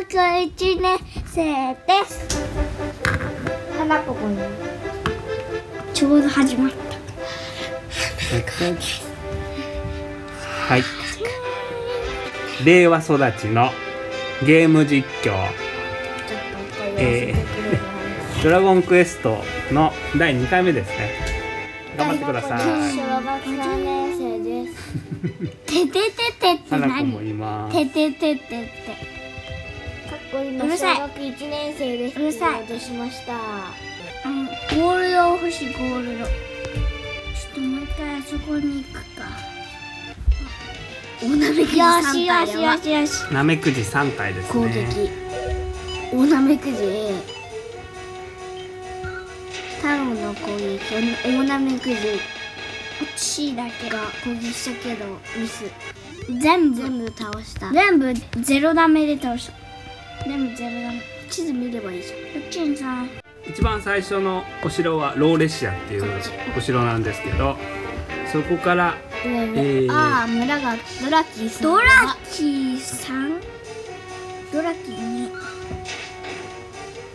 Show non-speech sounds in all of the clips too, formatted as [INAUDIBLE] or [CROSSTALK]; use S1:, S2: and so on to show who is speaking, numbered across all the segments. S1: 一年生です。
S2: 花子くん。
S1: ちょうど始まった。
S3: はい。令和育ちのゲーム実況、
S2: ちょっと一回言わせてくれる
S3: ドラゴンクエストの第2回目ですね。頑張ってください。
S2: 小学3年生です。
S1: ててててって
S3: 花子も
S1: 何？
S3: います。
S1: ててててって。
S2: かっこ今
S1: うる
S2: 小
S1: さい
S2: 学1年生です。
S1: うるさい
S2: 落としました。
S1: あのゴールド欲しいゴールド。ちょっともう一回あそこに行くか。
S2: おなめく
S1: よしよしよしよし。
S3: なめくじ3回です
S2: 攻
S3: ね。
S2: 撃。おなめくじ。
S1: 太郎の攻撃。
S2: おなめくじ
S1: 落ちだけ
S2: が攻撃したけどミス。
S1: 全部
S2: 全部倒した。
S1: 全部ゼロダメで倒した。全部ゼロダメ。
S2: 地図見ればいいじゃん。
S1: こっちにさ、
S3: 一番最初のお城はローレシアっていうお城なんですけど、そこから、
S2: 上上
S3: えー
S2: ああ村がドラキーさん
S1: ド
S2: が
S1: ラキーさん、ドラキーに。ちょっ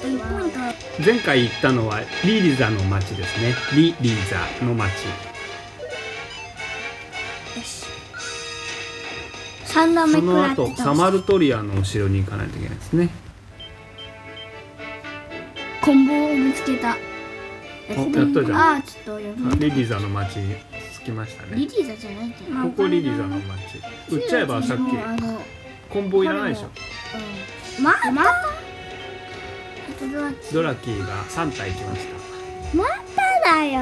S1: と一ポイント。
S3: 前回行ったのはリリザの町ですね。リリザの町。
S1: よし。三段目
S3: そ
S1: く
S3: の
S1: らって
S3: 後、サマルトリアのお城に行かないといけないですね。
S1: コンボを見つけた。
S3: おやったじゃん
S1: ああ、ちょっとやばい。
S3: リリザの町に着きましたね。
S2: リリーザじゃないんだよ。
S1: まあ
S3: ここリリザの町。売っちゃえばさっ
S2: もうあ
S3: き
S2: の、うん。
S3: コンボいらないでしょ。
S1: またまたドラキ
S3: ドラキーが3体来まし
S1: ー
S3: た。
S1: まただよ。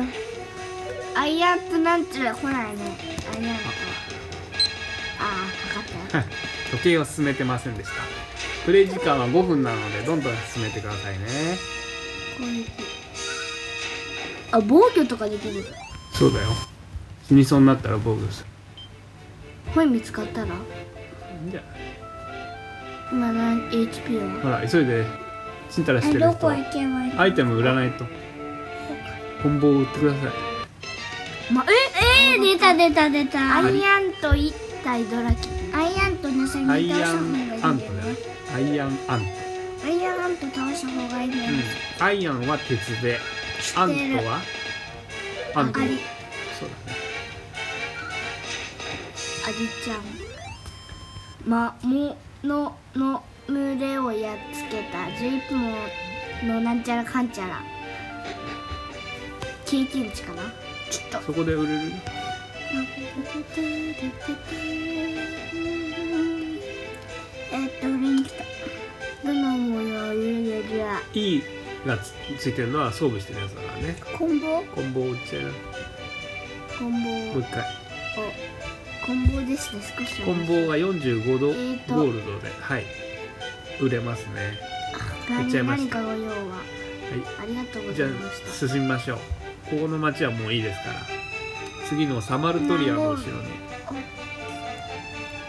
S1: アイアンプなんちゅう来ないね。アイアンプ。ああ、かかったよ。
S3: [LAUGHS] 時計を進めてませんでした。プレイ時間は5分なのでどんどん進めてくださいね。
S2: 攻撃。あ防御とかできる。
S3: そうだよ。死にそうになったら防御する。
S2: 本見つかったら。
S3: じゃ
S2: 今何 HP
S3: あ
S2: は。
S3: ほら急いでちんたらして
S1: え
S3: る
S1: ど
S3: 人
S1: こ
S3: は
S1: 行けばいいの
S3: アイテム売らないと。コンボを売ってください。
S2: ま
S1: えー、出た出た出た
S2: ア
S1: アイ
S2: イアンと一体ドラキー。
S1: アイアントね、それ
S3: ア
S1: に
S3: イ
S1: 倒し
S3: ア
S1: た方
S3: ンア
S1: がいい
S3: ン
S1: んだ
S3: トだ
S1: よね。。
S3: よアイアンアント。
S1: アイアンアント倒した方がいいんだよね。
S3: うん。アイアンは鉄で、アントはアント。
S1: アリ
S3: そうだね。
S2: アリちゃん。まものの群れをやっつけた11本のなんちゃらかんちゃら。経験値かな。ちょっと。
S3: そこで売れる
S1: えっと、俺に来た。
S2: どの模様ゆるゆるは。
S3: E がつついてるのは装備してるやつだからね
S1: コンボ
S3: コンボを打っちゃうよ
S2: コンボ
S3: もう一回
S2: コンボですね少し
S3: コンボが45度ゴ
S2: えーと
S3: ールドではい売れますね
S2: 何
S3: 言っちゃいました
S2: 何かご用はありがとうご
S3: じ
S2: ざ
S3: ゃ
S2: いまし
S3: あ
S2: た
S3: 進みましょうここの町はもういいですから次のサマルトリアの後ろに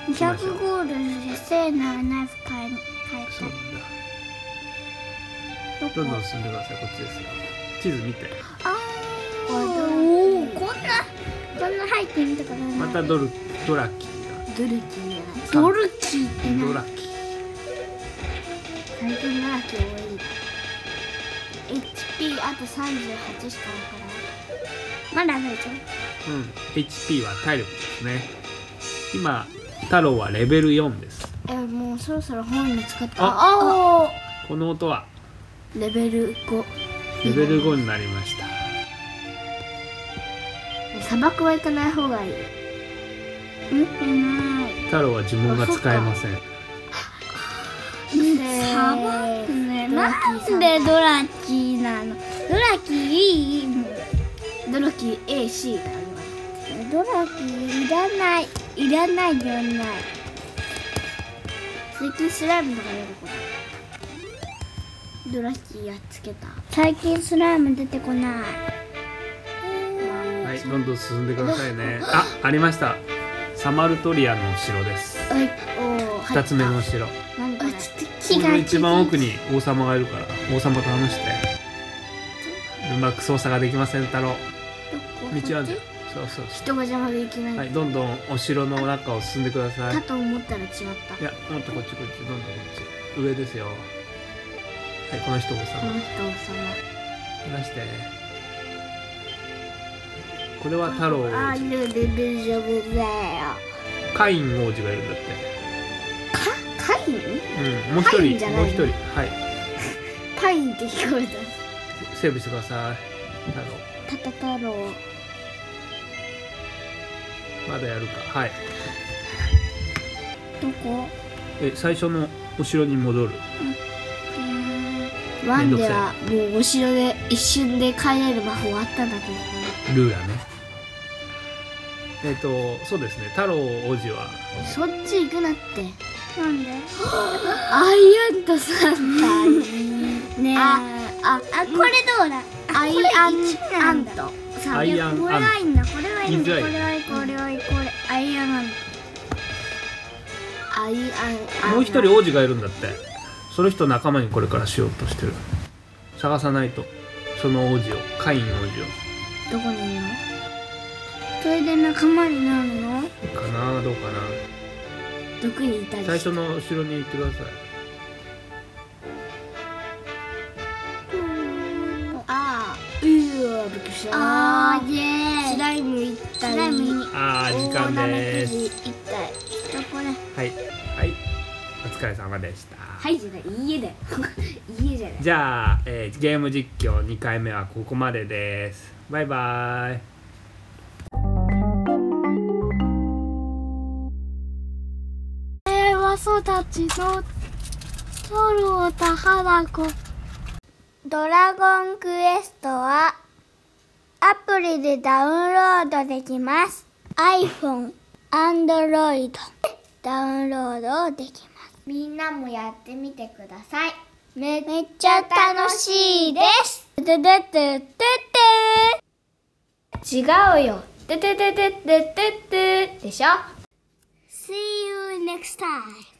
S3: 行きましょう
S1: 200ゴールドで聖なるナイフ買いに買い
S3: そうなんだ
S1: どこ
S3: どんどん進んでくださいこっちですよ地図見て
S1: あー
S2: おー
S1: こんなこんな入ってみたことない
S3: またドルドラキ
S2: ドルキーじゃな
S1: ド
S2: い
S1: ルキーって
S3: ーがド
S1: 何
S3: ラキー
S2: 最近なら今日多い HP あと38しか
S1: まだ増えちゃう
S3: うん HP は体力ですね今太郎はレベル4です
S2: ないからえもうそろそろ本見つかった
S3: あ
S2: あ
S3: この音は
S2: ーレベル5
S3: レベル5になりました
S2: 砂漠は行かない方がいい
S1: 持ってない
S3: 太郎は呪文が使えません
S1: サバっね
S2: ドラ
S1: なん
S2: キーさん
S1: でドラキーなのドラキーいいもう
S2: ドルキー AC だよ
S1: ドラキーいらないいらないじゃない
S2: 最近スライムとか出てこないドラキーやっつけた
S1: 最近スライム出てこない
S3: はいどんどん進んでくださいねあありましたサマルトリアの城です
S2: はいおお
S3: 2つ目の城こ
S2: 何こ
S1: あ
S2: れ
S1: ちょっと木
S3: の
S1: が
S3: 一番奥に王様がいるから王様と話してうまく操作ができません太
S1: ど
S3: 郎
S1: こ
S3: 道あるじゃんそそうそう
S2: 人が邪魔できない、
S3: はいどんどんお城の中を進んでください
S2: かと思ったら違っ
S3: いやもっとこっちこっちどんどんこっち上ですよはいこの人もさ
S2: たこの人様
S3: 離してこれは太郎王
S2: あ
S3: 子
S2: ルルルジョブだよ
S3: カイン王子がいるんだって
S2: カイン
S3: うんもう一
S2: カインじ
S3: 人
S2: ゃない
S3: もう一人はい
S2: パインって聞こえた
S3: セーブしてください太
S2: タタタロウ
S3: 郎まだやるかはい
S2: どこ
S3: え最初のお城に戻る
S2: ワン
S3: めんどく
S2: で
S3: さい
S2: はもうお城で一瞬で帰れる魔法あったんだけどね
S3: ルーラねえっ、とそうですね太郎王子は
S2: そっち行くなって
S1: なんで
S2: アイアンとサンタ [LAUGHS] ねえ
S1: あ
S2: あ
S1: あこれどうだあ
S2: アイ
S1: これ
S2: アン
S1: 一
S2: ア
S1: な
S2: ン
S1: んだ
S2: と
S3: ア
S2: サン
S3: イアン
S1: これはいいんだこれはいいんだ
S3: 言いづ
S1: こ
S3: らい
S1: れはいいこれはいいこれアイアンなんだ
S2: タアイアンアン
S3: もう一人王子がいるんだってその人を仲間にこれからしようとしてる探さないとその王子をカイン王子
S2: どこにいるの
S1: それで仲間になるの
S3: をかなどうかな
S2: どこにいたり
S3: 最
S2: して
S3: 初の後ろに行ってください
S2: ああうわびっくりした
S1: あーイエーイ
S2: スライム行ったり
S1: スライムに
S3: あー時間で
S2: 大
S3: す
S2: 豆くじ行ったり
S1: どこだ
S3: はいはいお疲れ様でした、
S2: はいじゃない家だよ [LAUGHS] 家じゃない
S3: じゃあ、えーゲーム実況2回目はここまでですバイバイ
S1: 平和育ちのソロタハダコドラゴンクエストはアプリでダウンロードできます iPhone、Android でダウンロードできますみんなもやってみてくださいめっちゃ楽しいですででででで違うよででででででででしょ See you next time.